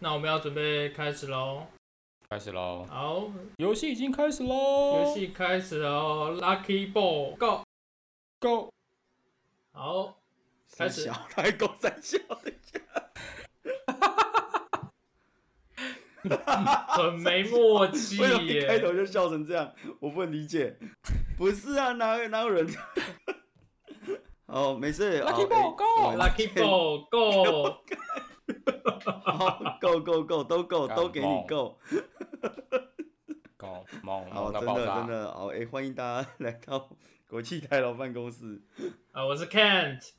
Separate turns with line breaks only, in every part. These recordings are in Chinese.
那我们要准备开始喽。
开始喽，
好，
游戏已经开始喽，
哦
游戏开始喽，Lucky Ball Go。
Go，
好，
三
开始
小，他还勾三小， 等一下
很没默契
为什么一开
耶。
头就笑成这样？我不能理解。不是啊，哪有哪有人？ 哦，没事。
Lucky
哦
ball,
哎
go！
我们
Lucky Ball Go。
好，go go go，都 go，
感
都给你
冒
go。
高猛
好，
猛到
真
爆
的
炸，
真的好，哎，欢迎大家来到国际台老办公室。
啊，我是 Kent。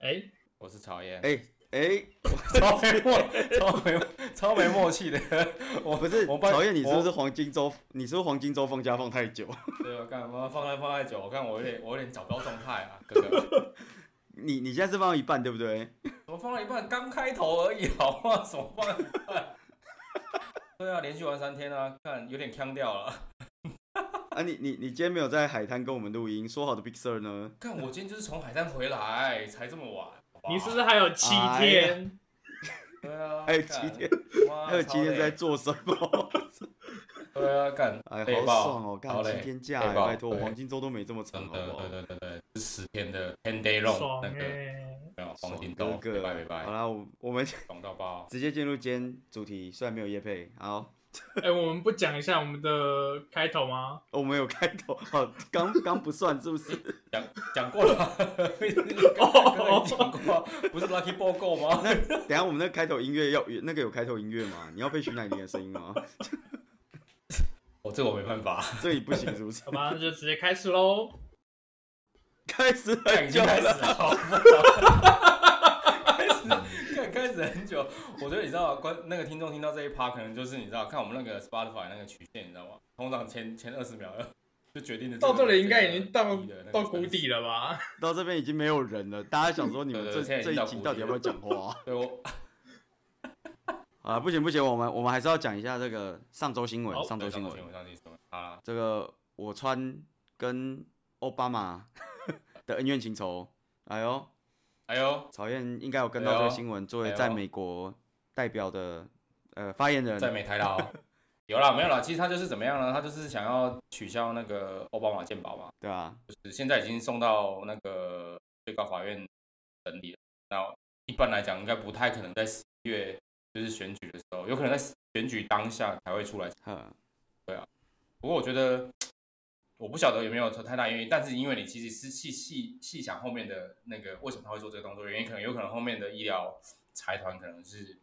哎、
我是曹燕，
哎哎，
超没默，超没超没默契的，我
不是，
我发
讨厌你是不是
我
黄金周？你是不是黄金周放假放太久？
对，我干嘛放太放太久？我看我有点我有点找不到状态啊，哥哥，
你你现在是放到一半对不对？
我放了一半，刚开头而已，好吗？什么放了一半？对啊，连续玩三天啊，看有点腔掉了。
啊，你你你今天没有在海滩跟我们录音，说好的 Big Sir 呢？
看我今天就是从海滩回来才这么晚，好不好
你是不是还有七
哎呀
天？
对啊，
还有
干
七天，，
妈
还有七天
超
在
累
做什么？
对啊，干，
哎，
累
好
爆
爽哦！
好
干
累
七天假
累
哎，
爆
拜托，
对
黄金周都没这么长，
真
好不
的，
好
对？对对对，是十天的 ten day long
爽
那
哎、
个，没有黄金
爽
周，
哥
拜
哥
拜拜
啊，好
拜，
啦，我我们
爽到爆！
直接进入今天主题，虽然没有叶配，好，
哎、我们不讲一下我们的开头吗？
我们有开头， 好，刚刚不算是不 是？
讲讲过了，刚刚已经讲过了，不是 lucky ball go 吗？
等一下我们那开头音乐要那个有开头音乐吗？你要配徐乃麟的声音吗？
我、这个我没办法，
这里不行是不 是
好？吧，那就直接开始喽。
开始
干
很
已
久
经开始
了，
了，好不好？开始，看开始很久，我觉得你知道，观那个听众听到这一趴，可能就是你知道，看我们那个 Spotify 那个曲线，你知道吗？通常前前二十秒就决定了个、
到这里应该已经到
这个一的那个
到谷
分数
底了吧？
到这边已经没有人了，大家想说你们
对
这
对现在
这
已经
一
到谷底
集到底要不要讲话啊？
对我
啊，不行不行，我们我们还是要讲一下这个上周新
好
闻，上周
对
新
上
闻
周，新闻，上周新闻好啦，
这个我川跟奥巴马 的恩怨情仇，哎呦，
哎呦，
曹燕应该有跟到这
哎
个
呦
新闻，作为
哎呦
在美国代表的呃发言人，
在美台劳。有啦，没有啦，其实他就是怎么样呢？他就是想要取消那个奥巴马健保嘛，
对吧？
就是现在已经送到那个最高法院审理了。那一般来讲，应该不太可能在十月就是选举的时候，有可能在选举当下才会出来。
呵，
不过我觉得，我不晓得有没有太大原因，但是因为你其实是细细细想后面的那个为什么他会做这个动作，原因可能有可能后面的医疗财团可能是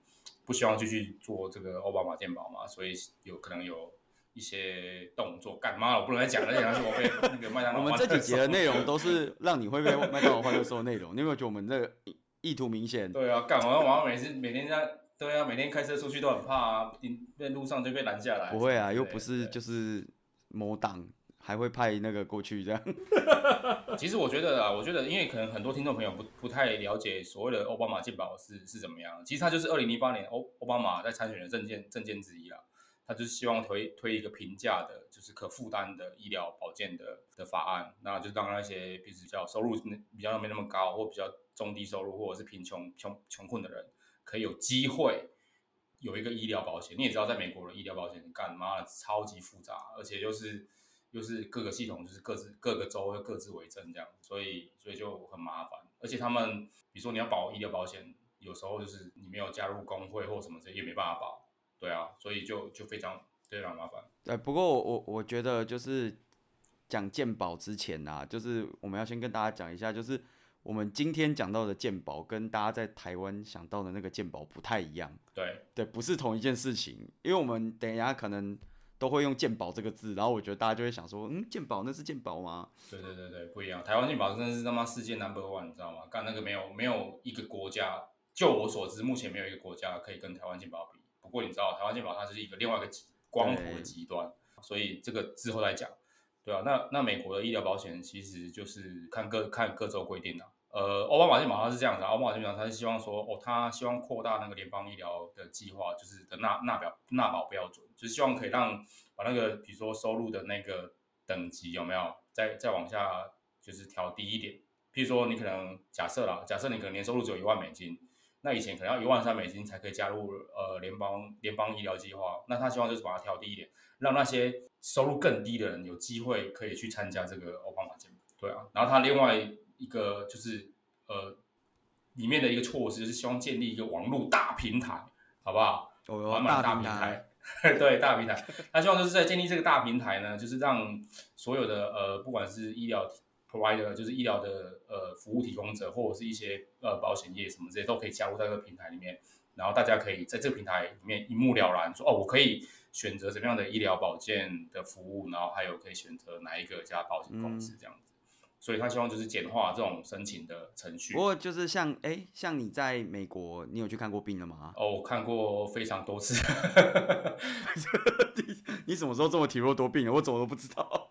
不希望继续做这个奥巴马健保嘛，所以有可能有一些动作。干妈，我不能再讲了，再讲下去我被那个麦当劳
我们这几集的内容都是让你会被麦当劳换热搜的内容，你有没有觉得我们这个意意图明显？
对啊，干我要晚上每次每天在对啊，每天开车出去都很怕啊，你在路上就被拦下来。
不会啊，
什么之类
又
的
不是
对
就是某党还会派那个过去这样，
其实我觉得啊，我觉得因为可能很多听众朋友不不太了解所谓的奥巴马健保是是怎么样。其实他就是二零零八年奥奥巴马在参选的证件证件之一啦。他就是希望推推一个平价的，就是可负担的医疗保健的的法案，那就让那些比较收入比较没那么高，或比较中低收入，或者是贫穷穷穷困的人，可以有机会有一个医疗保险。你也知道，在美国的医疗保险干妈的超级复杂，而且又是又是各个系统就是各自各个州会各自为政这样，所以所以就很麻烦。而且他们比如说你要保医疗保险，有时候就是你没有加入工会或什么之类也没办法保。对啊，所以就就非常非常麻烦。
对，呃不过我我我觉得就是讲鉴宝之前啊，就是我们要先跟大家讲一下，就是我们今天讲到的鉴宝跟大家在台湾想到的那个鉴宝不太一样，
对，
对，不是同一件事情，因为我们等一下可能都会用鉴宝这个字，然后我觉得大家就会想说，嗯，鉴宝那是鉴宝吗？
对对对对，不一样。台湾健保真的是他妈世界 number one，你知道吗？干那个没有没有一个国家，就我所知，目前没有一个国家可以跟台湾健保比。不过你知道，台湾健保它是一个另外一个极光谱的
对
极端，所以这个之后再讲。对啊，那那美国的医疗保险其实就是看各看各州规定的、呃，奥巴马健保它是这样子、啊，奥巴马健保它是希望说，哦，他希望扩大那个联邦医疗的计划，就是的纳纳表纳保标准，就是希望可以让把那个比如说收入的那个等级有没有再再往下就是调低一点。譬如说你可能假设啦，假设你可能年收入只有一万美金，那以前可能要一万三美金才可以加入呃联邦联邦医疗计划，那他希望就是把它调低一点，让那些收入更低的人有机会可以去参加这个奥巴马健保。对啊，然后他另外一个就是呃里面的一个措施就是希望建立一个网络大平台，好不好？
哦
满
哟，
满
大
平
平台，
对大平台。 那希望就是在建立这个大平台呢，就是让所有的呃，不管是医疗 provider，就是医疗的呃服务提供者，或者是一些呃保险业什么这些，都可以加入到这个平台里面。然后大家可以在这个平台里面一目了然，说哦，我可以选择怎么样的医疗保健的服务，然后还有可以选择哪一个家保险公司这样子。所以他希望就是简化这种申请的程序。
不过就是像哎、像你在美国，你有去看过病了吗？
哦，我看过非常多次，
你什么时候这么体弱多病了？我怎么都不知道。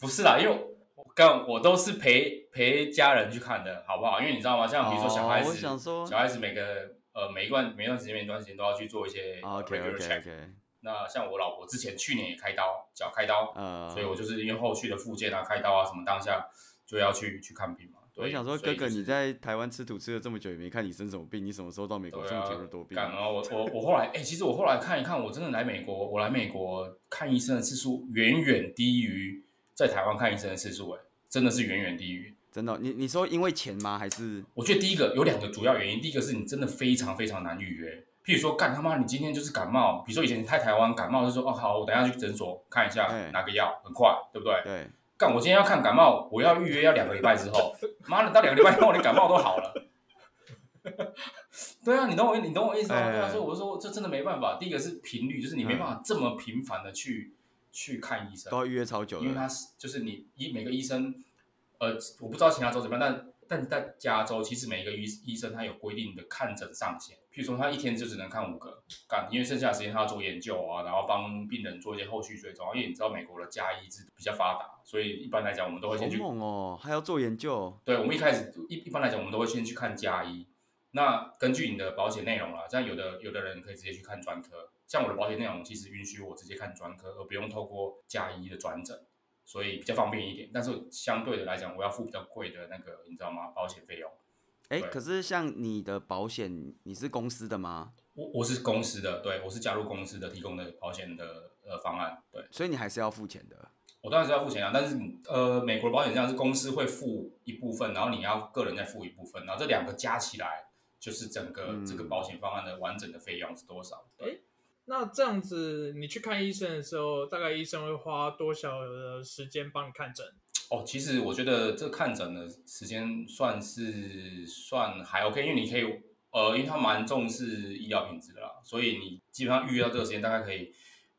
不是啦，因为我刚我都是陪陪家人去看的，好不好？因为你知道吗？像比如说小孩
哦
子，
我想说
小孩子每个呃每一段每一段时间每一段时间都要去做一些呃
啊 OK
regular
OK
check。
OK，
那像我老婆之前去年也开刀，脚开刀，
呃，
所以我就是因为后续的复健啊、开刀啊什么，当下就要去去看病嘛。对
我想说，
所以
哥
就
哥
是
你在台湾吃土吃了这么久，也没看你生什么病，你什么时候到美国
对
这么
啊
体弱多，病？
干然后我我我后来，哎、其实我后来看一看，我真的来美国，我来美国看医生的次数远远低于在台湾看医生的次数，哎，真的是远远低于。
真的哦、你你说因为钱吗？还是
我觉得第一个有两个主要原因，第一个是你真的非常非常难预约。譬如说，干他妈，你今天就是感冒，比如说以前你在台湾感冒就说，哦好，我等一下去诊所看一下
哎，
拿个药，很快，对不对？
对？
干，我今天要看感冒，我要预约要两个礼拜之后，妈的，到两个礼拜后你感冒都好了。 对啊，你懂我，你懂我意思吗？
哎
对啊，所以我就说这真的没办法。第一个是频率，就是你没办法这么频繁的去去看医生，
都要预约超久
因为
的。
他是就是你医每个医生，呃，我不知道其他州怎么样，但但在加州，其实每一个医医生他有规定的看诊上限，譬如说他一天就只能看五个，干，因为剩下的时间他要做研究啊，然后帮病人做一些后续追踪，啊因为你知道美国的加医制比较发达，所以一般来讲我们都会
好
先去
猛哦，还要做研究，
对，我们一开始一一般来讲，我们都会先去看加医。那根据你的保险内容啦，像有的有的人可以直接去看专科，像我的保险内容其实允许我直接看专科，而不用透过加医的转诊，所以比较方便一点。但是相对的来讲，我要付比较贵的那个，你知道吗？保险费用。
哎、
对
可是像你的保险，你是公司的吗？
我我是公司的，对我是加入公司的提供的保险的呃方案，对
所以你还是要付钱的。
我当然是要付钱啊。但是呃，美国的保险上是公司会付一部分，然后你要个人再付一部分，然后这两个加起来就是整个、
嗯
这个保险方案的完整的费用是多少？对，
那这样子，你去看医生的时候，大概医生会花多少的时间帮你看诊？
哦，其实我觉得这看诊的时间算是算还 OK，因为你可以呃，因为他蛮重视医疗品质的啦，所以你基本上预约到这个时间，大概可以，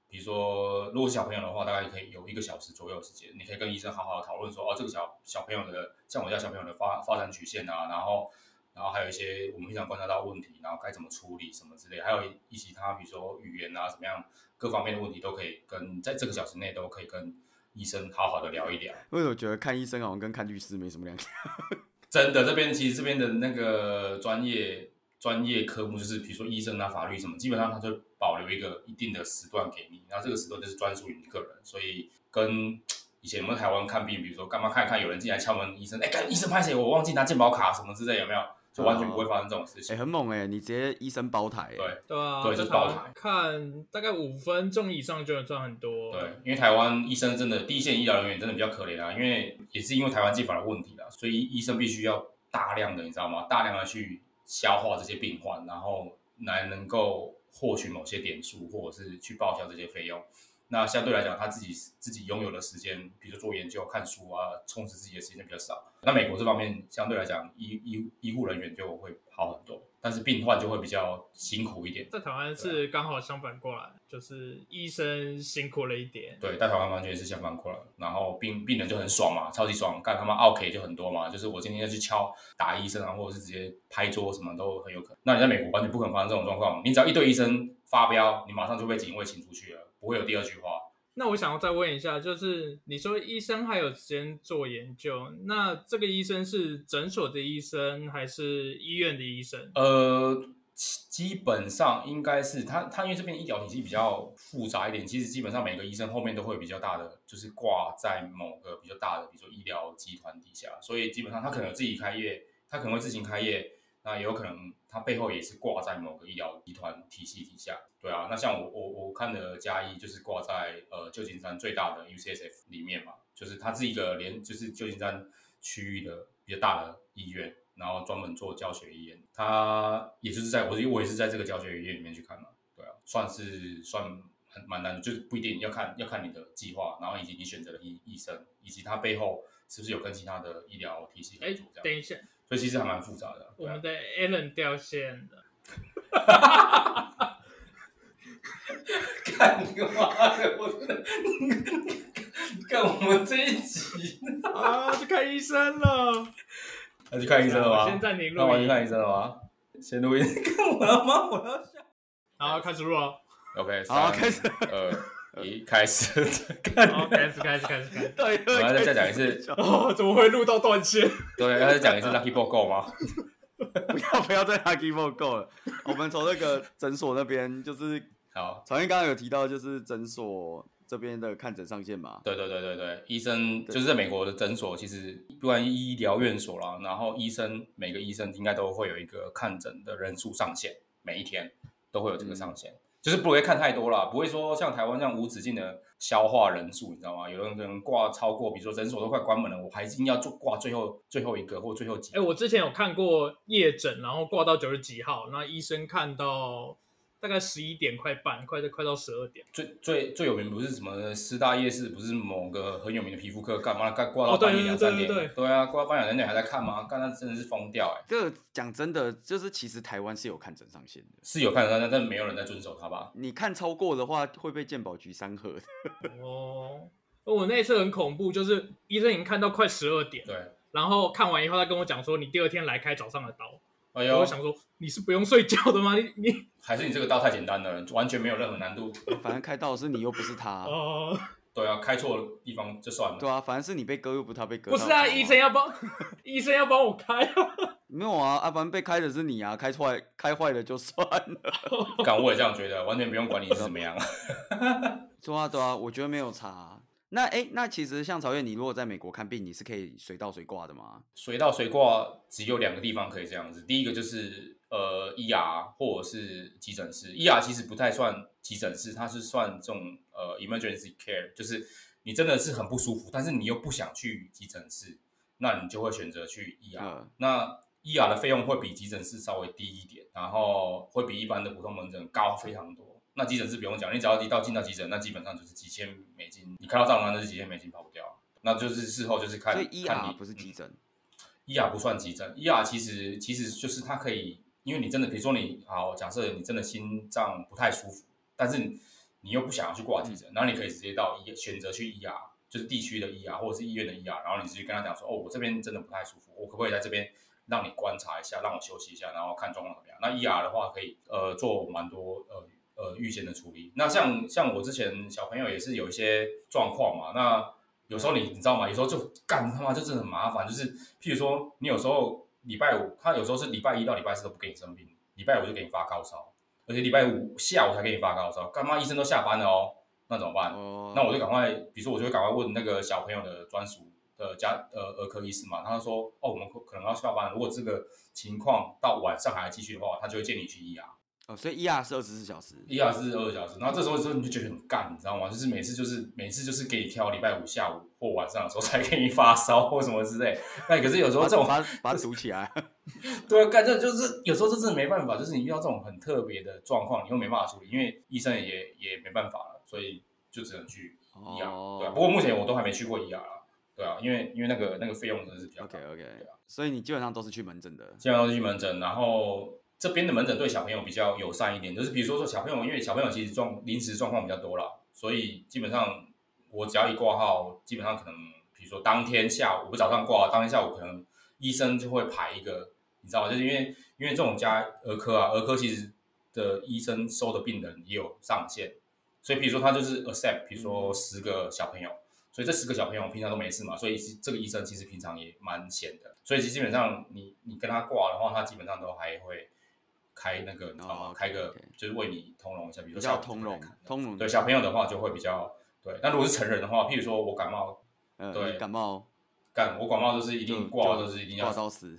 比如说如果是小朋友的话，大概可以有一个小时左右的时间，你可以跟医生好好地讨论说，哦，这个小小朋友的，像我家小朋友的发发展曲线啊，然后然后还有一些我们平常观察到的问题，然后该怎么处理什么之类，还有以及他比如说语言啊怎么样各方面的问题都可以跟在这个小时内都可以跟医生好好的聊一聊。
为什么觉得看医生好像跟看律师没什么两样？
真的，这边其实这边的那个专业专业科目，就是比如说医生啊、法律什么，基本上它就保留一个一定的时段给你，然后这个时段就是专属于你个人。所以跟以前我们台湾看病，比如说干嘛看一看，有人进来敲门，医生哎，干医生拍谁？我忘记拿健保卡什么之类，有没有？就完全不会发生这种事
哎、
情。
很猛哎、你直接医生包台、欸。
对
对啊，
对
在
就是
台
爆
湾
台
看大概五分钟以上就能赚很多。
对，因为台湾医生真的第一线医疗人员真的比较可怜啊，因为也是因为台湾健保的问题啦，所以医生必须要大量的，你知道吗？大量的去消化这些病患，然后来能够获取某些点数，或者是去报销这些费用。那相对来讲，他自己自己拥有的时间，比如说做研究、看书啊，充实自己的时间比较少。那美国这方面相对来讲，医医医护人员就会好很多，但是病患就会比较辛苦一点。
在台湾是刚好相反过来，就是医生辛苦了一点。
啊对，在台湾完全是相反过来，然后病病人就很爽嘛，超级爽，干他妈 OK 就很多嘛，就是我今天要去敲打医生啊，或者是直接拍桌什么都很有可能。那你在美国完全不可能发生这种状况，你只要一对医生发飙，你马上就被警卫请出去了，不会有第二句话。
那我想要再问一下，就是你说医生还有时间做研究，那这个医生是诊所的医生还是医院的医生？
呃，基基本上应该是他他因为这边医疗体系比较复杂一点，其实基本上每个医生后面都会有比较大的，就是挂在某个比较大的，比如说医疗集团底下，所以基本上他可能有自己开业，他可能会自行开业，那也有可能它背后也是挂在某个医疗集团体系底下，对啊。那像我我我看的加一就是挂在呃旧金山最大的 UCSF 里面嘛，就是它是一个连就是旧金山区域的比较大的医院，然后专门做教学医院，它也就是在我我也是在这个教学医院里面去看嘛，对啊，算是算很蛮难的，就是不一定要看要看你的计划，然后以及你选择的医医生，以及它背后是不是有跟其他的医疗体系合
哎
作呃这，样。啊
等一下，
所以其实还蛮复杂的。
我
对啊
们的 Alan 掉线了。
干你妈的！我真的，干我们这一 集，
啊，去看医生了。
那去看医生了
我先
吗？
暂停
那我
录
去
音，
看医生了吗？先录音，看我他妈我要笑。
然后开始录哦。
OK，三
好，开始，
二一，开始。 看，
好，开始，开始，开始，开始。
到底
我
要
要再
开始
讲一次，
哦，怎么会录到断线？
对，要再讲一次 Lucky Ball Go 吗？
不要不要再 Lucky Mo 够了。我们从那个诊所那边，就是
好，
曹燕刚刚有提到，就是诊所这边的看诊上限嘛。
对对对对对，医生就是在美国的诊所，其实不管医疗院所啦，然后医生每个医生应该都会有一个看诊的人数上限，每一天都会有这个上
嗯
限，就是不会看太多啦，不会说像台湾这样无止境的消化人数，你知道吗？有人可能挂超过，比如说诊所都快关门了，我还硬要做挂最后最后一个或最后几
哎、我之前有看过夜诊，然后挂到九十几号，然后医生看到大概十一点快半，快快到十二点。
最最最有名不是什么师大夜市，不是某个很有名的皮肤科干嘛干挂到
哦对
半夜两
对
三
对
点，
对对
啊，挂到半夜两三点还在看吗？干那真的是疯掉哎、
这个讲真的，就是其实台湾是有看诊上限的，
是有看得到，但但没有人在遵守它吧？
你看超过的话会被健保局三核。
哦，我那一次很恐怖，就是医生已经看到快十二点，
对，
然后看完以后，他跟我讲说，你第二天来开早上的刀。
哎
我
呦
就，想说，你是不用睡觉的吗？你你
还是你这个刀太简单了，完全没有任何难度。
反正开刀的是你又不是他，
哦，
对啊，开错了地方就算了。
对啊，反正是你被割又不是他被割
不
到。
是啊，
知道吗
医生要帮，医生要帮我开啊。
没有啊，阿凡被开的是你啊，开坏开坏了就算了。
干我也这样觉得，完全不用管你是怎么样。
对啊对啊，我觉得没有差啊、那哎、那其实像曹越，你如果在美国看病，你是可以随到随挂的吗？
随到随挂只有两个地方可以这样子，第一个就是呃 ER 或者是急诊室，ER 其实不太算急诊室，它是算这种呃 emergency care，就是你真的是很不舒服，但是你又不想去急诊室，那你就会选择去 ER。
嗯
那 ER 的费用会比急诊室稍微低一点，然后会比一般的普通门诊高非常多。那急诊室不用讲，你只要一到进到急诊，那基本上就是几千美金，你看到账单就是几千美金跑不掉。那就是事后就是看，
所以
看你
ER 不是
嗯
急诊，
医 E 雅不算急诊，医雅其实其实就是它可以，因为你真的，比如说你好，假设你真的心脏不太舒服，但是你你又不想要去挂急诊，然后你可以直接到医选择去医雅，就是地区的医雅或者是医院的医 E 雅，然后你直接跟他讲说，哦，我这边真的不太舒服，我可不可以在这边让你观察一下，让我休息一下，然后看状况怎么样？那医 E 雅的话可以呃做蛮多呃呃预先的处理。那像像我之前小朋友也是有一些状况嘛，那有时候你你知道吗？有时候就干他妈就真的很麻烦，就是譬如说你有时候礼拜五，他有时候是礼拜一到礼拜四都不给你生病，礼拜五就给你发高烧，而且礼拜五下午才给你发高烧，干妈医生都下班了哦，那怎么办？
哦，
那我就赶快，比如说我就会赶快问那个小朋友的专属的家呃儿科医师嘛，他就说哦，我们可可能要下班了，如果这个情况到晚上还继续的话，他就会建议你去医啊。
哦，所以 ER 是二十四小时。
一小时、二小时，然后这时候之后你就觉得很干，你知道吗？就是每次就是每次就是给你挑礼拜五下午或晚上的时候才给你发烧或什么之类。那可是有时候
把
这种
把把它堵起来，
对啊，干这就是有时候这真的没办法，就是你遇到这种很特别的状况，你又没办法处理，因为医生也也没办法了，所以就只能去医啊。
哦
对啊，不过目前我都还没去过医啊啦。对啊，因为因为那个那个费用真的是比较高
OK OK，
对啊
所以你基本上都是去门诊的。
基本上都去门诊，然后这边的门诊对小朋友比较友善一点，就是比如说说小朋友，因为小朋友其实状临时状况比较多啦，所以基本上我只要一挂号，基本上可能比如说当天下午，我早上挂，当天下午可能医生就会排一个，你知道吗？就是因为因为这种家儿科啊，儿科其实的医生收的病人也有上限，所以比如说他就是 accept，比如说十个小朋友。所以这十个小朋友平常都没事嘛，所以这个医生其实平常也蛮闲的，所以基本上你你跟他挂的话，他基本上都还会开那个，你知道吗
哦？，OK，
开个
OK
就是为你通融一下，比如说
比较
下午就
通
可以
融
看，
通融
对小朋友的话就会比较对。那如果是成人的话，譬如说我感冒，
呃，
对
你感冒
干我感冒就是一
就
定挂，
就
就是一定要
挂到死，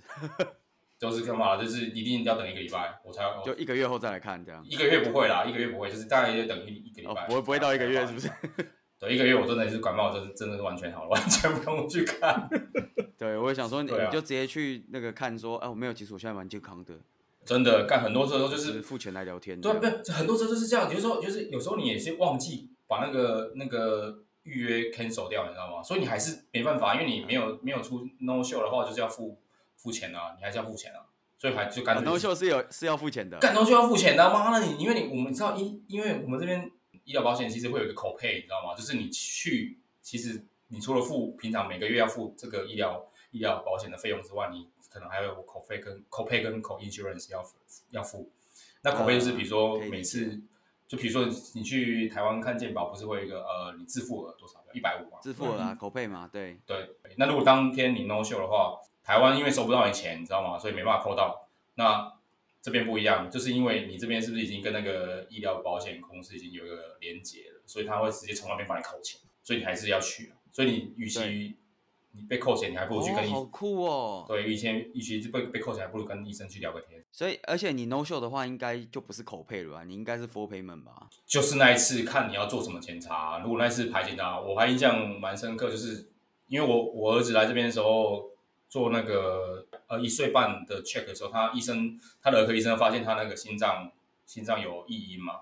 都是干嘛？就是一定要等一个礼拜，我才
就一个月后再来看这样。
一个月不会啦，一个月不会，就是大概要等一一个礼
哦
拜。，
不会不会到一个月是不是？
对，一个月我真的是感冒，真的真的是完全好了，完全不用去看。
对，我也想说你
对啊
你就直接去那个看说，哎，我没有，其实我现在蛮健康的，
真的，干很多时候哦就
就是是付钱来聊天这
对，啊
样。
不是很多时候就是这样，有时候就是有时候你也是忘记把那个那个预约 cancel 掉，你知道吗？所以你还是没办法，因为你没有没有出 no show 的话，就是要付付钱啊，你还是要付钱啊，所以还就干
啊
脆
，no
就是
show 是有是要付钱的。
干 no show 要付钱的、妈的你因为你我们知道医，因为我们这边医疗保险其实会有一个口 pay，你知道吗？就是你去，其实你除了付平常每个月要付这个医疗医疗保险的费用之外，你可能还有口费跟口 pay 跟口 insurance 要付要付。那口费就是比如说
嗯可以理解
每次，就比如说你去台湾看健保，不是会有一个呃，你自付额多少？一百五嘛。
自付了
嗯
啊，口配嘛，对，
对，那如果当天你 no show 的话，台湾因为收不到你钱，你知道吗？所以没办法扣到。那这边不一样，就是因为你这边是不是已经跟那个医疗保险公司已经有一个连结了，所以他会直接从那边帮你扣钱，所以你还是要去啊。所以你与其
对
你被扣钱，你还不如去跟
哦，
医、
好酷哦。
对，以前与其被被扣钱，还不如跟医生去聊个天。
所以，而且你 no show 的话，应该就不是口配了吧？你应该是 full payment 吧？
就是那一次看你要做什么检查。啊如果那一次排检查，我还印象蛮深刻，就是因为我我儿子来这边的时候做那个呃一岁半的 check 的时候，他医生他的儿科医生发现他那个心脏心脏有异音嘛，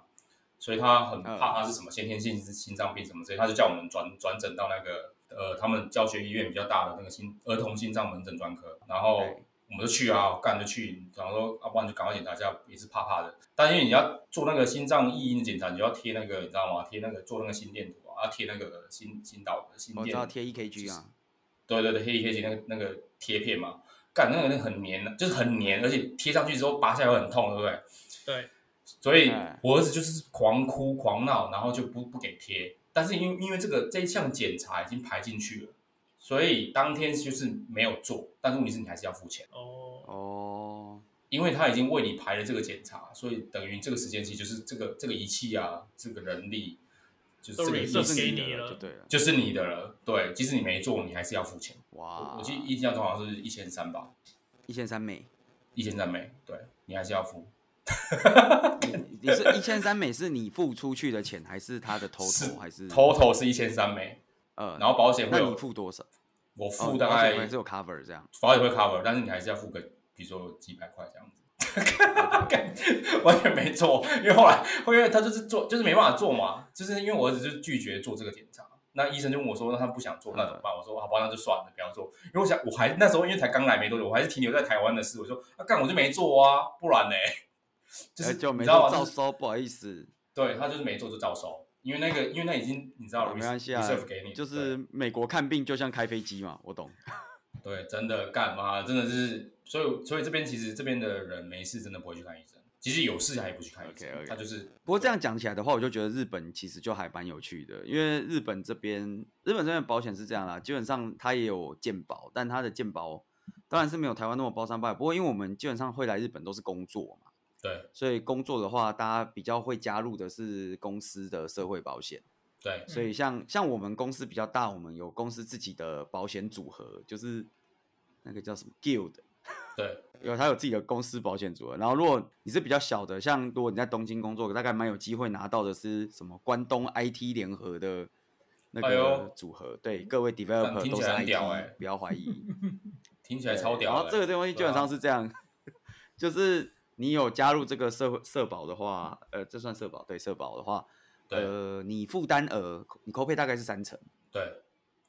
所以他很
嗯
怕他是什么先天性心脏病什么之类，他就叫我们转转诊到那个呃他们教学医院比较大的那个心儿童心脏门诊专科，然后
对
我们就去啊，干就去，然后说要、啊不然就赶快检查一下，也是怕怕的。但因为你要做那个心脏异音的检查，你就要贴那个你知道吗？贴那个做那个心电图啊，要贴那个心心导心
我知
电
道贴 EKG 啊，
对对对，黑黑那个那个贴片嘛，干那个那个很黏的，就是很黏，而且贴上去之后拔下来会很痛，对不对？
对，
所以
哎
我儿子就是狂哭狂闹，然后就不不给贴。但是因为因为这个这一项检查已经排进去了，所以当天就是没有做。但是问题是你还是要付钱，
哦，
哦，
因为他已经为你排了这个检查，所以等于这个时间期就是这个这个仪器啊，这个人力就是这
都
个
reserve
仪器
就是
给
你
你
的
了
就对了。
就是你的了。对，即使你没做，你还是要付钱。我
哇，
我记得印象中好像是一千三吧。
一千三美，
一千三美，对你还是要付，
你你是一千三美是你付出去的钱，还是他的
是
total 还是
total 是一千三美，
呃？
然后保险会
那
有
你付多少？
我
哦
付大
保险
概
还是有 cover 这样。
保险会 cover，但是你还是要付个比如说几百块这 样子，完全没做，因为后来因为他就是做就是没办法做嘛，就是因为我儿子就拒绝做这个检查。那医生就问我说：“那他不想做，那怎么办？”
嗯
我说：“好吧，那就算了，不要做。”因为我想，我还那时候因为才刚来没多久，我还是停留在台湾的事。我说：“啊，干，我就没做啊，不然呢？”就
哎
是
就
你
没
知道
做
吗？
照
就是
收，不好意思，
对他就是没做就照收，因为那个因为那已经你知道
啊
reserve,、
没关系啊
reserve 给你，
就是美国看病就像开飞机嘛，我懂。
对对真的干嘛真的是，所以所以这边其实这边的人没事真的不会去看医生，即使有事他也不去看医生
OK，OK
他就是
不过这样讲起来的话，我就觉得日本其实就还蛮有趣的，因为日本这边日本这边的保险是这样啦，基本上它也有健保，但它的健保当然是没有台湾那么包山包海。不过因为我们基本上会来日本都是工作嘛，
对
所以工作的话，大家比较会加入的是公司的社会保险。
对
所以像像我们公司比较大，我们有公司自己的保险组合，就是那个叫什么 guild，
对
有他有自己的公司保险组合。然后如果你是比较小的，像如果你在东京工作，大概蛮有机会拿到的是什么关东 IT 联合的那
哎呦
个组合。对，各位 developer
听
都
起
是
来很
IT，、
屌欸
不要怀疑。
听起来超屌
然
的。啊
后这个东西基本上是这样， 就是你有加入这个社会社保的话，呃，这算社保对社保的话，
对啊
呃，你负担额你扣配大概是三成。
对对，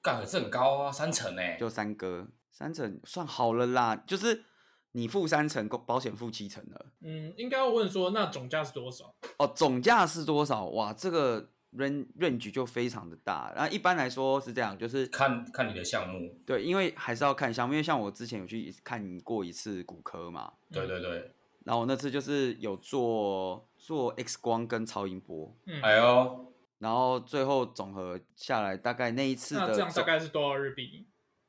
干这很高啊，三成呢、
就三哥，三成算好了啦，就是你付三成，公保险付七成了。
嗯，应该要问说，那总价是多少？
哦，总价是多少？哇，这个 range range 就非常的大。然后一般来说是这样，就是
看看你的项目，
对，因为还是要看项目，因为像我之前有去看过一次骨科嘛，
嗯
对对对，
然后我那次就是有做做 X 光跟超音波，
嗯，
哎呦，
然后最后总和下来大概那一次
那这
的
样大
总，
概是多少日币？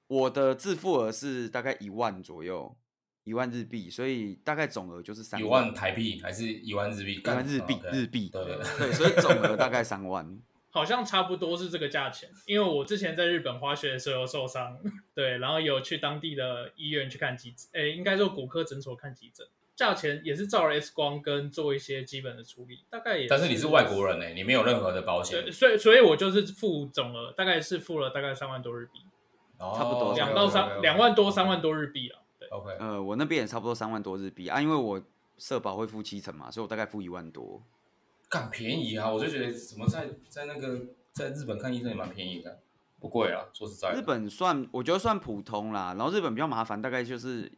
我的自付额是大概一万左右，一万日币，所以大概总额就是三
一万台币还是一万日币？
一万
干
日币，
，OK
日币，
对对对
对，所以总额大概三万。
好像差不多是这个价钱，因为我之前在日本滑雪的时候有受伤，对，然后有去当地的医院去看急诊，诶，应该说骨科诊所看急诊，价钱也是照了 X 光跟做一些基本的处理，大概也。
但是你是外国人呢、欸你没有任何的保险
对，，所以所以我就是付总额，大概是付了大概三万多日币，
哦
差不多
两到三两万多三万。多日币啊，对，
OK，
呃，我那边也差不多三万多日币啊，因为我社保会付七成嘛，所以我大概付一万多。
干便宜啊！我就觉得怎么在在那个在日本看医生也蛮便宜的，不贵啊。说实在的，
日本算我觉得算普通啦，然后日本比较麻烦，大概就是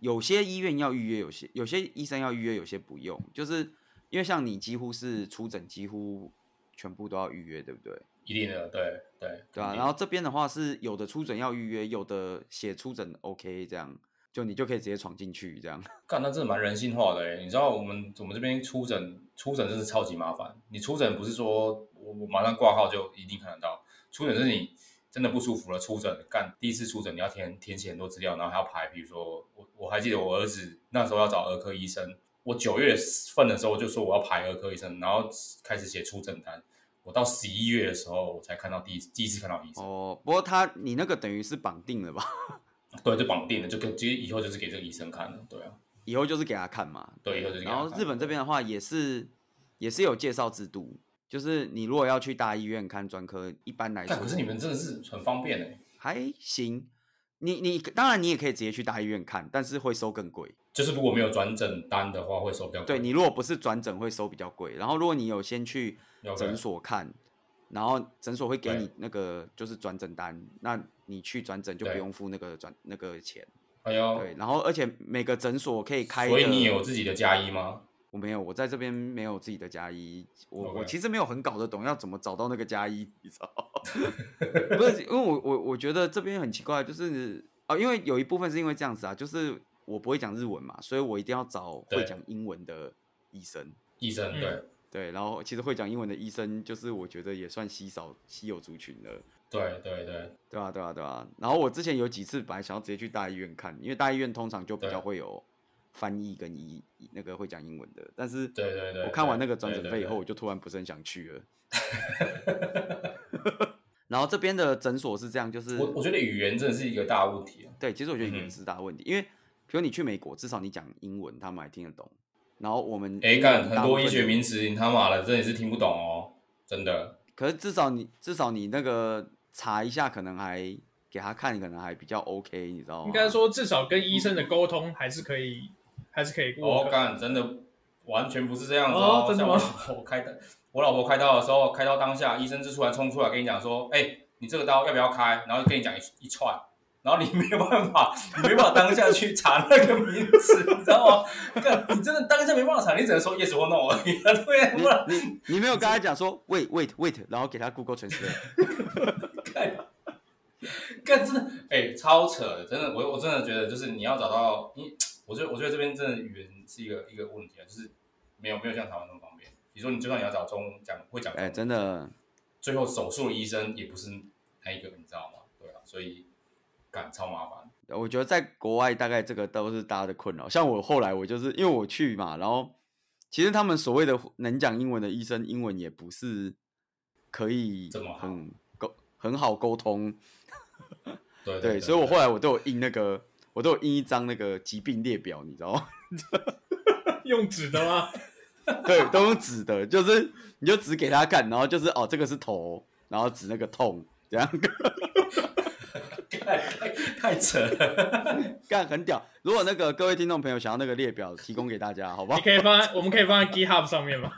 有些医院要预约，有些有些医生要预约，有些不用，就是因为像你几乎是出诊几乎全部都要预约，对不对？
一定的，对对
对啊，然后这边的话是有的出诊要预约，有的写出诊 OK 这样，就你就可以直接闯进去这样。
干，那真的蛮人性化的哎、你知道我们我们这边出诊出诊真是超级麻烦。你出诊不是说我我马上挂号就一定看得到，出诊是你真的不舒服了，出诊干第一次出诊你要填填写很多资料，然后还要排，比如说我我还记得我儿子那时候要找儿科医生，我九月份的时候我就说我要排儿科医生，然后开始写出诊单。我到十一月的时候，我才看到第一第一次看到医生，
哦，不过他你那个等于是绑定了吧？
对，就绑定了，就跟其实以后就是给这个医生看了，对啊，
以后就是给他看嘛。
对，以后就是给他
然后
看
日本这边的话也是也是有介绍制度，就是你如果要去大医院看专科，一般来说
干，可是你们真的是很方便哎、
还行。你你当然你也可以直接去大医院看，但是会收更贵。
就是如果没有转诊单的话，会收比较贵。
对你如果不是转诊会收比较贵，然后如果你有先去
OK
诊所看然后诊所会给
对
你那个就是转诊单，那你去转诊就不
对
用付那个转那个钱。
哎呦，
对，然后而且每个诊所可以开的，
所以你有自己的加一吗？
我没有，我在这边没有自己的加一，我我
OK
其实没有很搞得懂要怎么找到那个加一，你知 道吗？不是，因为我我我觉得这边很奇怪，就是啊、因为有一部分是因为这样子啊，就是我不会讲日文嘛，所以我一定要找会
对
讲英文的医生。
医生
嗯
对、
对，然后其实会讲英文的医生，就是我觉得也算稀少稀有族群了，
对对对，
对啊吧、对吧、对吧、然后我之前有几次本来想要直接去大医院看，因为大医院通常就比
对
较会有翻译跟医那个会讲英文的，但是
对对对
我看完那
对
个转
对
诊
对
费以
对
后，我就突然不是很想去了。然后这边的诊所是这样，就是
我我觉得语言真的是一个大问题啊。
对，其实我觉得语言
嗯
是大问题，因为比如你去美国，至少你讲英文，他们还听得懂。然后我们
哎，
英
干
文
很
大部
多医
分
学
的，
名词，你他妈的真的是听不懂哦，真的。
可是至少你至少你那个查一下，可能还给他看，可能还比较 OK，你
哦
知道吗？
应该说至少跟医生的沟通还是可以，还是可以
哦，
过。
干真的完全不是这样子
哦真的
像
吗
我老婆开刀，我老婆开刀的时候，开刀当下，医生就突然冲出来跟你讲说：“哎、你这个刀要不要开？”然后跟你讲一一串，然后你没有办法，你没办法当下去查那个名字，你知道吗？干，你真的当下没办法查，你只能说 yes or no 而已，啊对，不然
你你没有跟他讲说 wait wait wait，然后给他 Google Translate，
干干真的，哎、超扯的，真的，我我真的觉得就是你要找到你，我觉得我觉得这边真的语言是一个一个问题啊，就是没有没有像台湾那么方便。比如说你就算你要找中讲会讲中
哎，
文，
真的
最后手术的医生也不是那一个，你知道吗？对啊，所以干超麻烦。
我觉得在国外大概这个都是大家的困扰。像我后来我就是因为我去嘛，然后其实他们所谓的能讲英文的医生，英文也不是可以
这么好
很沟很好沟通，
对
对，
对，
所以我后来我都有印那个，我都有印一张那个疾病列表，你知道吗？
用纸的吗？
对，都用指的，就是你就指给他看，然后就是哦，这个是头，然后指那个痛，这样
太太太扯了。
干很屌。如果那个各位听众朋友想要那个列表，提供给大家，好不好
你？可以放在，我们可以放在 GitHub 上面吗？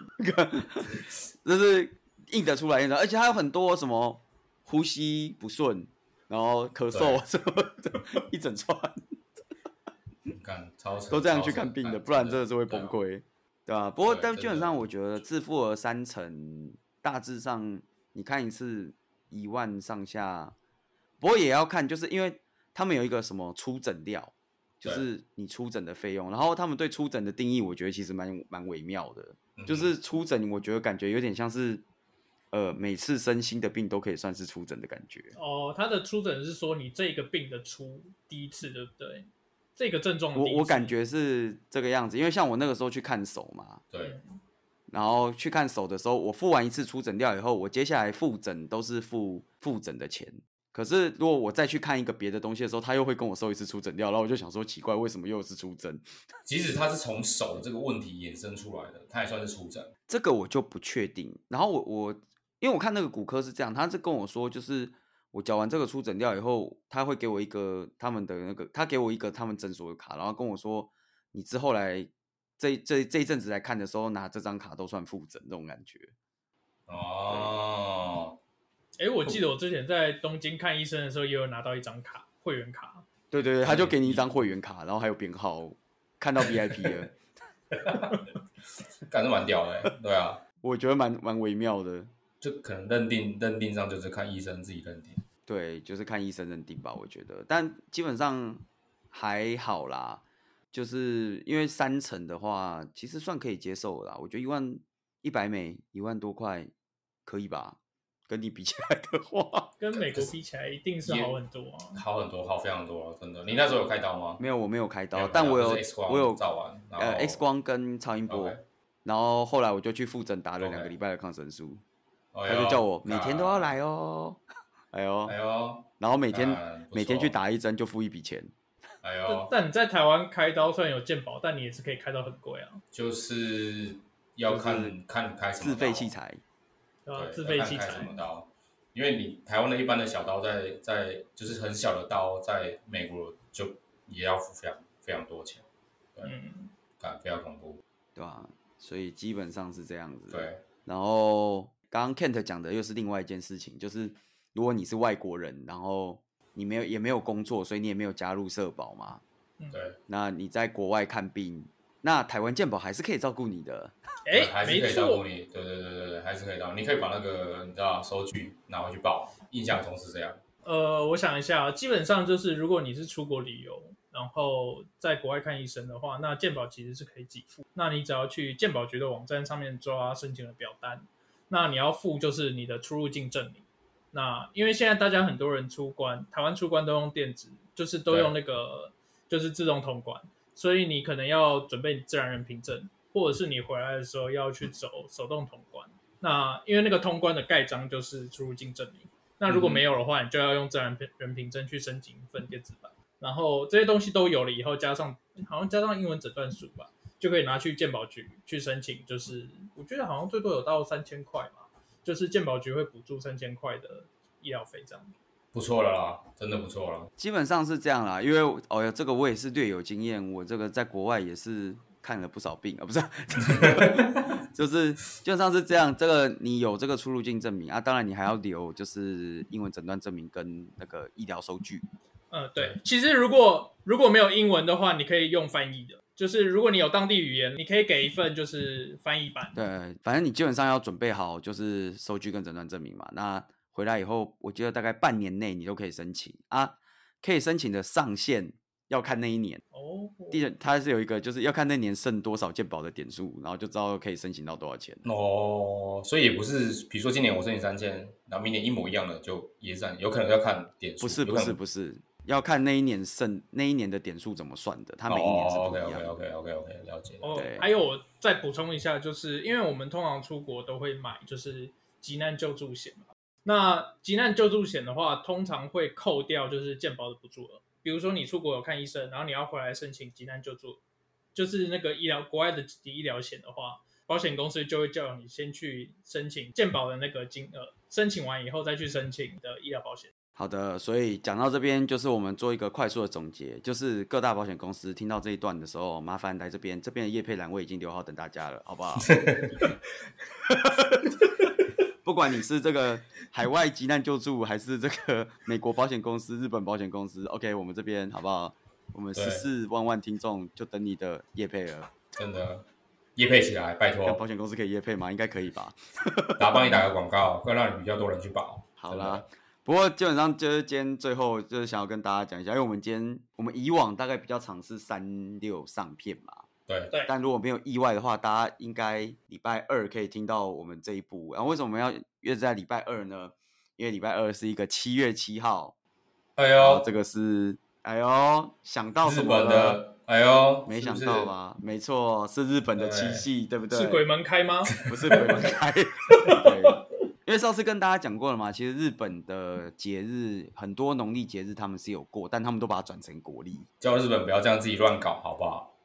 就是印得出来，印得出来而且还有很多什么呼吸不顺，然后咳嗽什么的，一整串
干超扯，
都这样
超扯
去看病的，
干
不然真的是会
对啊
崩溃，对吧、不过
对
但
真的
基本上我觉得自付额三成，大致上你看一次一万上下，不过也要看，就是因为他们有一个什么出诊料。就
对
是你出诊的费用，然后他们对出诊的定义，我觉得其实蛮蛮微妙的。就
嗯
是出诊，我觉得感觉有点像是，呃，每次身心的病都可以算是出诊的感觉。
哦，他的出诊是说你这个病的出第一次，对不对？这个症状的
我
第一次
我感觉是这个样子，因为像我那个时候去看手嘛，
对
然后去看手的时候，我付完一次出诊料以后，我接下来复诊都是付复诊的钱。可是如果我再去看一个别的东西的时候，他又会跟我收一次出诊料，然后我就想说奇怪，为什么又是出诊？
即使它是从手这个问题衍生出来的，它也算是出诊。
这个我就不确定。然后我我因为我看那个骨科是这样，他是跟我说，就是我缴完这个出诊料以后，他会给我一个他们的那个，他给我一个他们诊所的卡，然后跟我说，你之后来这这这一阵子来看的时候，拿这张卡都算复诊这种感觉。
哦，
哎，我记得我之前在东京看医生的时候，也有拿到一张卡，会员卡。
对对对，他就给你一张会员卡，然后还有编号，看到 VIP 了，
感觉蛮屌的欸，对啊，
我觉得蛮蛮微妙的。
就可能认定认定上就是看医生自己认定。
对，就是看医生认定吧，我觉得，但基本上还好啦，就是因为三成的话，其实算可以接受啦。我觉得一万一百美一万多块可以吧，跟你比起来的话，
跟美国比起来，一定是好很多啊。
好很多，好非常多，啊真的。你那时候有开刀吗？
没有我没有开
没
刀，
开
但我
就
有
是 X 光
我有
照完，然后
呃 X 光跟超音波
OK
然后后来我就去复诊打了两个
OK
礼拜的抗生素
哎呦
他就叫我每天都要
干
来哦， 哎呦，
哎呦，
然后每天、
干不
每天去
错
打一针就付一笔钱，
哎
但
呦，
但你在台湾开刀虽然有健保，但你也是可以开到很贵啊，
就是要看、
就是
看开什么哦
自费
刀
器，材。
对吧？
对，
啊自费
要
器
看开什
材
么，刀。因为你台湾的一般的小刀在在就是很小的刀，在美国就也要付非常非常多钱，
嗯，
感非常恐怖。
对吧、所以基本上是这样子。，
对，
然后刚刚 Kent 讲的又是另外一件事情，就是如果你是外国人，然后你没有也没有工作，所以你也没有加入社保嘛，
对，
那你在国外看病，那台湾健保还是可以照顾你
对
的。
哎，
还是
没
可以照顾
错，
你，对对对对对，还是可以照顾。你可以把那个你知道收据拿回去报，印象中是这样。
呃，我想一下，基本上就是如果你是出国旅游，然后在国外看医生的话，那健保其实是可以给付。那你只要去健保局的网站上面抓申请的表单，那你要付就是你的出入境证明。那因为现在大家很多人出关，台湾出关都用电子，就是都用那个就是自动通关，所以你可能要准备自然人凭证，或者是你回来的时候要去走手动通关。那因为那个通关的盖章就是出入境证明，那如果
嗯哼
没有的话，你就要用自然人凭证去申请一份电子版。然后这些东西都有了以后，加上好像加上英文诊断书吧，就可以拿去健保局去申请。就是我觉得好像最多有到三千块吧，就是健保局会补助三千块的医疗费这样。
不错了啦，真的不错了。
基本上是这样啦，因为我哦哟，这个我也是略有经验，我这个在国外也是看了不少病啊，不是， 就是基本上是这样。这个你有这个出入境证明啊，当然你还要留就是英文诊断证明跟那个医疗收据。
嗯，对，其实如果如果没有英文的话，你可以用翻译的。就是如果你有当地语言，你可以给一份就是翻译版。
对，反正你基本上要准备好就是收据跟诊断证明嘛。那回来以后，我觉得大概半年内你都可以申请啊，可以申请的上限要看那一年。
哦，
第一，它是有一个就是要看那年剩多少健保的点数，然后就知道可以申请到多少钱。
哦，所以也不是，比如说今年我申请三千，然后明年一模一样的就也是这样有可能要看点数，
不是
有
不
可
是
能
不是，要看那一年剩那一年的点数怎么算的，它每一年是
哦
不
，OK
一
OK
样的。
OK OK OK，了解。
哦
对，
还有我再补充一下，就是因为我们通常出国都会买就是急难救助险嘛。那急难救助险的话，通常会扣掉就是健保的补助额。比如说你出国有看医生，然后你要回来申请急难救助，就是那个医疗国外的紧急医疗险的话，保险公司就会叫你先去申请健保的那个金额，申请完以后再去申请你的医疗保险。
好的，所以讲到这边，就是我们做一个快速的总结，就是各大保险公司听到这一段的时候，麻烦来这边，这边的叶配栏位已经留好等大家了，好不好？ 不管你是这个海外急难救助，还是这个美国保险公司、日本保险公司，OK，我们这边好不好？我们
对
十四万万听众就等你的叶配了。
真的，业配起来，拜
看
托
保，险公司可以叶配吗？应该可以吧。
打帮你打个广告，会让你比较多人去保。
好
真的
啦，，不过基本上就是今天最后就是想要跟大家讲一下，因为我们今天我们以往大概比较尝试三六上片嘛，
对，
对，
但如果没有意外的话，大家应该礼拜二可以听到我们这一部。然后为什么我们要约在礼拜二呢？因为礼拜二是一个七月七号，
哎
然后
呦，
这个是哎呦，想到
日
什么
本
了？
的，哎呦，
没
是不
想
是
到？吧？没错，是日本的七系，对不对？
是鬼门开吗？
不是鬼 门开。对，因为上次跟大家讲过了嘛，其实日本的节日很多农历节日他们是有过，但他们都把它转成国历。
叫日本不要这样自己乱搞，好不好？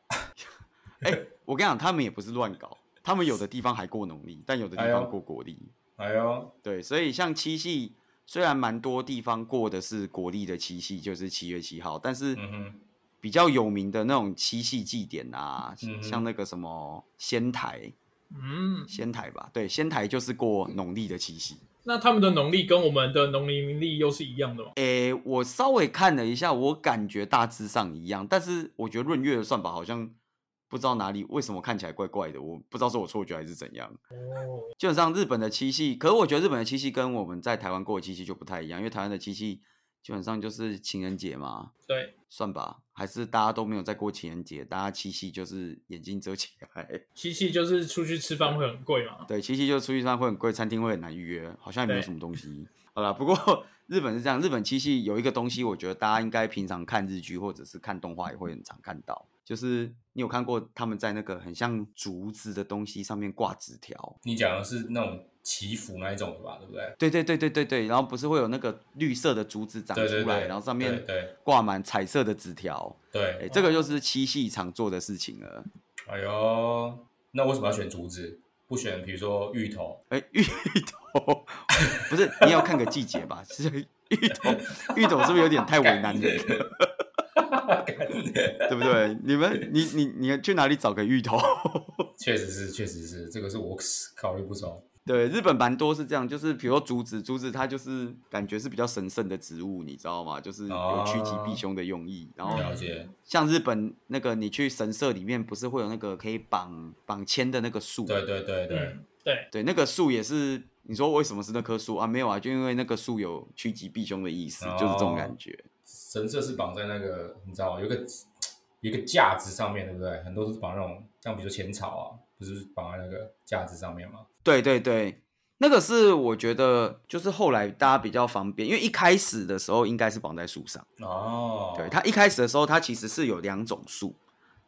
哎、我跟你讲，他们也不是乱搞，他们有的地方还过农历，但有的地
哎呦
方过国历。
哎呦，
对，所以像七夕，虽然蛮多地方过的是国历的七夕，就是七月七号，但是
嗯哼，
比较有名的那种七夕祭典啊，
嗯
像那个什么仙台，
嗯，
仙台吧，对，仙台就是过农历的七夕。
那他们的农历跟我们的农历民历又是一样的吗？
诶，我稍微看了一下，我感觉大致上一样，但是我觉得闰月的算法好像不知道哪里为什么看起来怪怪的，我不知道是我错觉还是怎样。
哦，
基本上日本的七夕，可是我觉得日本的七夕跟我们在台湾过的七夕就不太一样，因为台湾的七夕基本上就是情人节嘛，
对，
算吧，还是大家都没有在过情人节，大家七夕就是眼睛遮起来，
七夕就是出去吃饭会很贵嘛。
对，七夕就是出去吃饭会很贵，餐厅会很难预约，好像也没有
对
什么东西。好啦，不过 日本是这样，日本七夕有一个东西，我觉得大家应该平常看日剧或者是看动画也会很常看到，就是你有看过他们在那个很像竹子的东西上面挂纸条，
你讲的是那种祈福那一种的吧，对不对？
对对对对对对，然后不是会有那个绿色的竹子长出来，
对对对，
然后上
对
面
对
挂满彩色的纸条，
对，哦
哎，这个就是七夕常做的事情了。
哎呦，那为什么要选竹子？不选比如说芋头？
哎，芋头不是你也要看个季节吧？是芋头，芋头是不是有点太为难人了？对不对？你们，你你你去哪里找个芋头？
确实是，确实是，这个是我考虑不周。
对，日本蛮多是这样，就是比如说竹子，竹子它就是感觉是比较神圣的植物，你知道吗？就是有趋吉避凶的用意，然后
哦了解，
像日本那个，你去神社里面不是会有那个可以绑绑签的那个树？
对对对对，
嗯，对，
对那个树也是。你说为什么是那棵树啊？没有啊，就因为那个树有趋吉避凶的意思，就是这
哦
种感觉。
神社是绑在那个，你知道吗？有一个有一个架子上面，对不对？很多都是绑那种，像比如说浅草啊，不是绑在那个架子上面吗？
对对对，那个是我觉得就是后来大家比较方便，因为一开始的时候应该是绑在树上。
哦，
对，它一开始的时候，它其实是有两种树，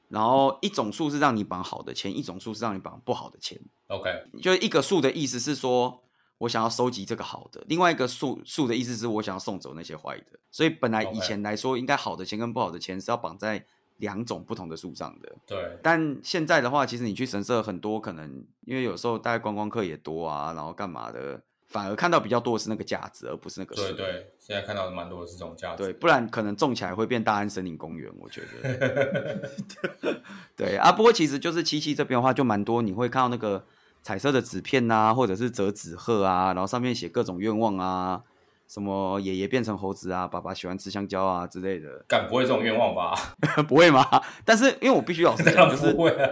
然后一种树是让你绑好的签，一种树是让你绑不好的签。
，OK，
就是一个树的意思是说我想要收集这个好的，另外一个树树的意思是我想要送走那些坏的。所以本来
OK
以前来说，应该好的钱跟不好的钱是要绑在两种不同的树上的。
对，
但现在的话，其实你去神社很多，可能因为有时候大概观光客也多啊，然后干嘛的，反而看到比较多的是那个架子，而不是那个
对
树。
对，现在看到的蛮多的是这种架子，
对，不然可能种起来会变大安森林公园，我觉得。 对啊，不过其实就是七七这边的话，就蛮多，你会看到那个彩色的纸片啊，或者是折纸鹤啊，然后上面写各种愿望啊，什么爷爷变成猴子啊，爸爸喜欢吃香蕉啊之类的，
敢不会这种愿望吧？
不会吗？但是因为我必须老实
当
讲，
然
就是
不会啊，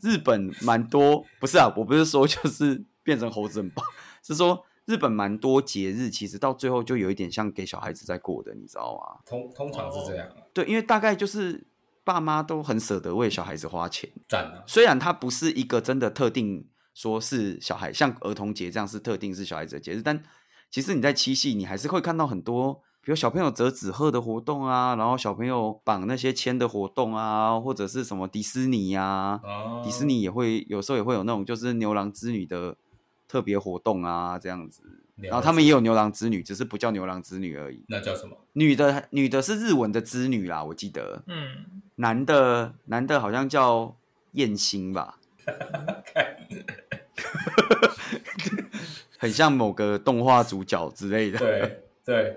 日本蛮多，不是啊，我不是说就是变成猴子很棒， 是说日本蛮多节日，其实到最后就有一点像给小孩子在过的，你知道吗？
通通常是这样啊，
对，因为大概就是爸妈都很舍得为小孩子花钱，
赞啊，
虽然它不是一个真的特定说是小孩，像儿童节这样是特定是小孩子的节日，但其实你在七夕，你还是会看到很多。比如小朋友折纸鹤的活动啊，然后小朋友绑那些签的活动啊，或者是什么迪士尼啊呀、
哦，
迪士尼也会有时候也会有那种就是牛郎织女的特别活动啊，这样子。
了解
然后他们也有牛郎织女，只是不叫牛郎织女而已。
那叫 什么？
女的女的是日文的织女啦，我记得。
嗯，
男的男的好像叫燕 星吧，很像某个动画主角之类的。
对对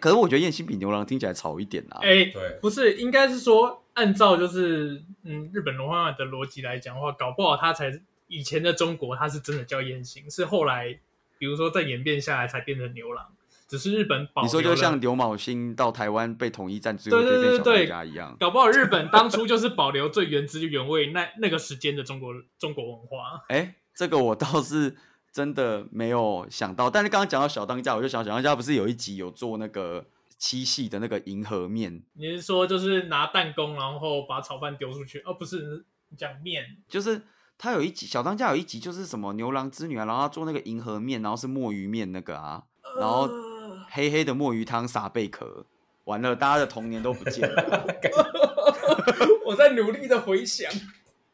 可是我觉得燕星比牛郎听起来吵一点啊。
哎、
对，
不是，应该是说按照就是嗯日本文化的逻辑来讲的话，搞不好他才以前的中国他是真的叫燕行，是后来比如说再演变下来才变成牛郎，只是日本保
你说
留
就
了
像刘卯星到台湾被统一战最后就
对对
变
对
小
对
当家一样。
搞不好日本当初就是保留最原汁原味那那个时间的中国中国文化。
哎，这个我倒是真的没有想到，但是刚刚讲到小当家，我就想小当家不是有一集有做那个七系的那个银河面，
你是说就是拿弹弓，然后把炒饭丢出去？哦，不是，你讲面
就是他有一集小当家有一集就是什么牛郎织女啊，然后他做那个银河面，然后是墨鱼面那个啊，然后
呃
黑黑的墨鱼汤撒贝壳，完了，大家的童年都不见了。
我在努力的回想。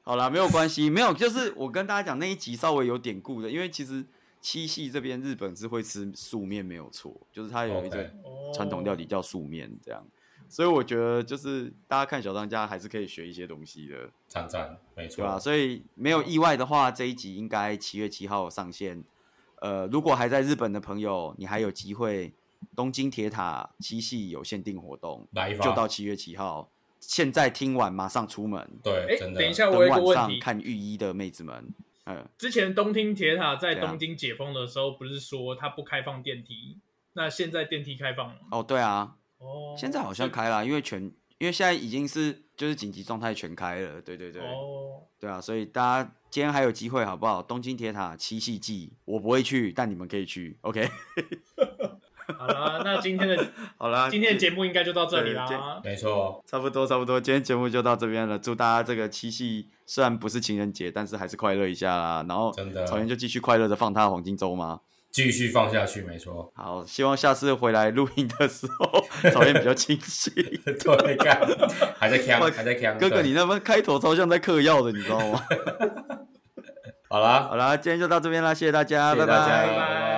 好啦，没有关系，没有，就是我跟大家讲那一集稍微有典故的，因为其实七夕这边日本是会吃素面，没有错，就是它有一个
OK
传统
哦
料理叫素面这样，所以我觉得就是大家看小当家还是可以学一些东西的，
赞赞，没
对
啊
啊吧、
错，
所以没有意外的话，这一集应该七月七号上线。呃，如果还在日本的朋友，你还有机会，东京铁塔七夕有限定活动，
来一发，
就到七月七号。现在听完马上出门，
哎
对，，真的。啊
等一，下，
等
我有一个
晚
问
上
题。
看御医的妹子们，嗯，
之前东京铁塔在
怎样
东京解封的时候，不是说它不开放电梯？那现在电梯开放了吗？
哦，对啊，
哦，
现在好像开啦，因为全，因为现在已经是就是紧急状态全开了，对对对，
哦，
对啊，所以大家今天还有机会好不好？东京铁塔七夕季我不会去，但你们可以去，OK？
好啦，那今天的
好啦，
今天的节目应该就到这里
啊对
啦。
没错，
差不多差不多，今天节目就到这边了，祝大家这个七夕虽然不是情人节，但是还是快乐一下啦，然后
真的
草原就继续快乐的放他的黄金周吗？
继续放下去，没错。
好，希望下次回来录音的时候，草原比较清晰。
对，干还在呛，还在呛。
哥哥，
对
你那么开头超像在嗑药的，你知道吗？
好啦，
好啦，今天就到这边啦，谢谢大家，
谢谢大家，
拜拜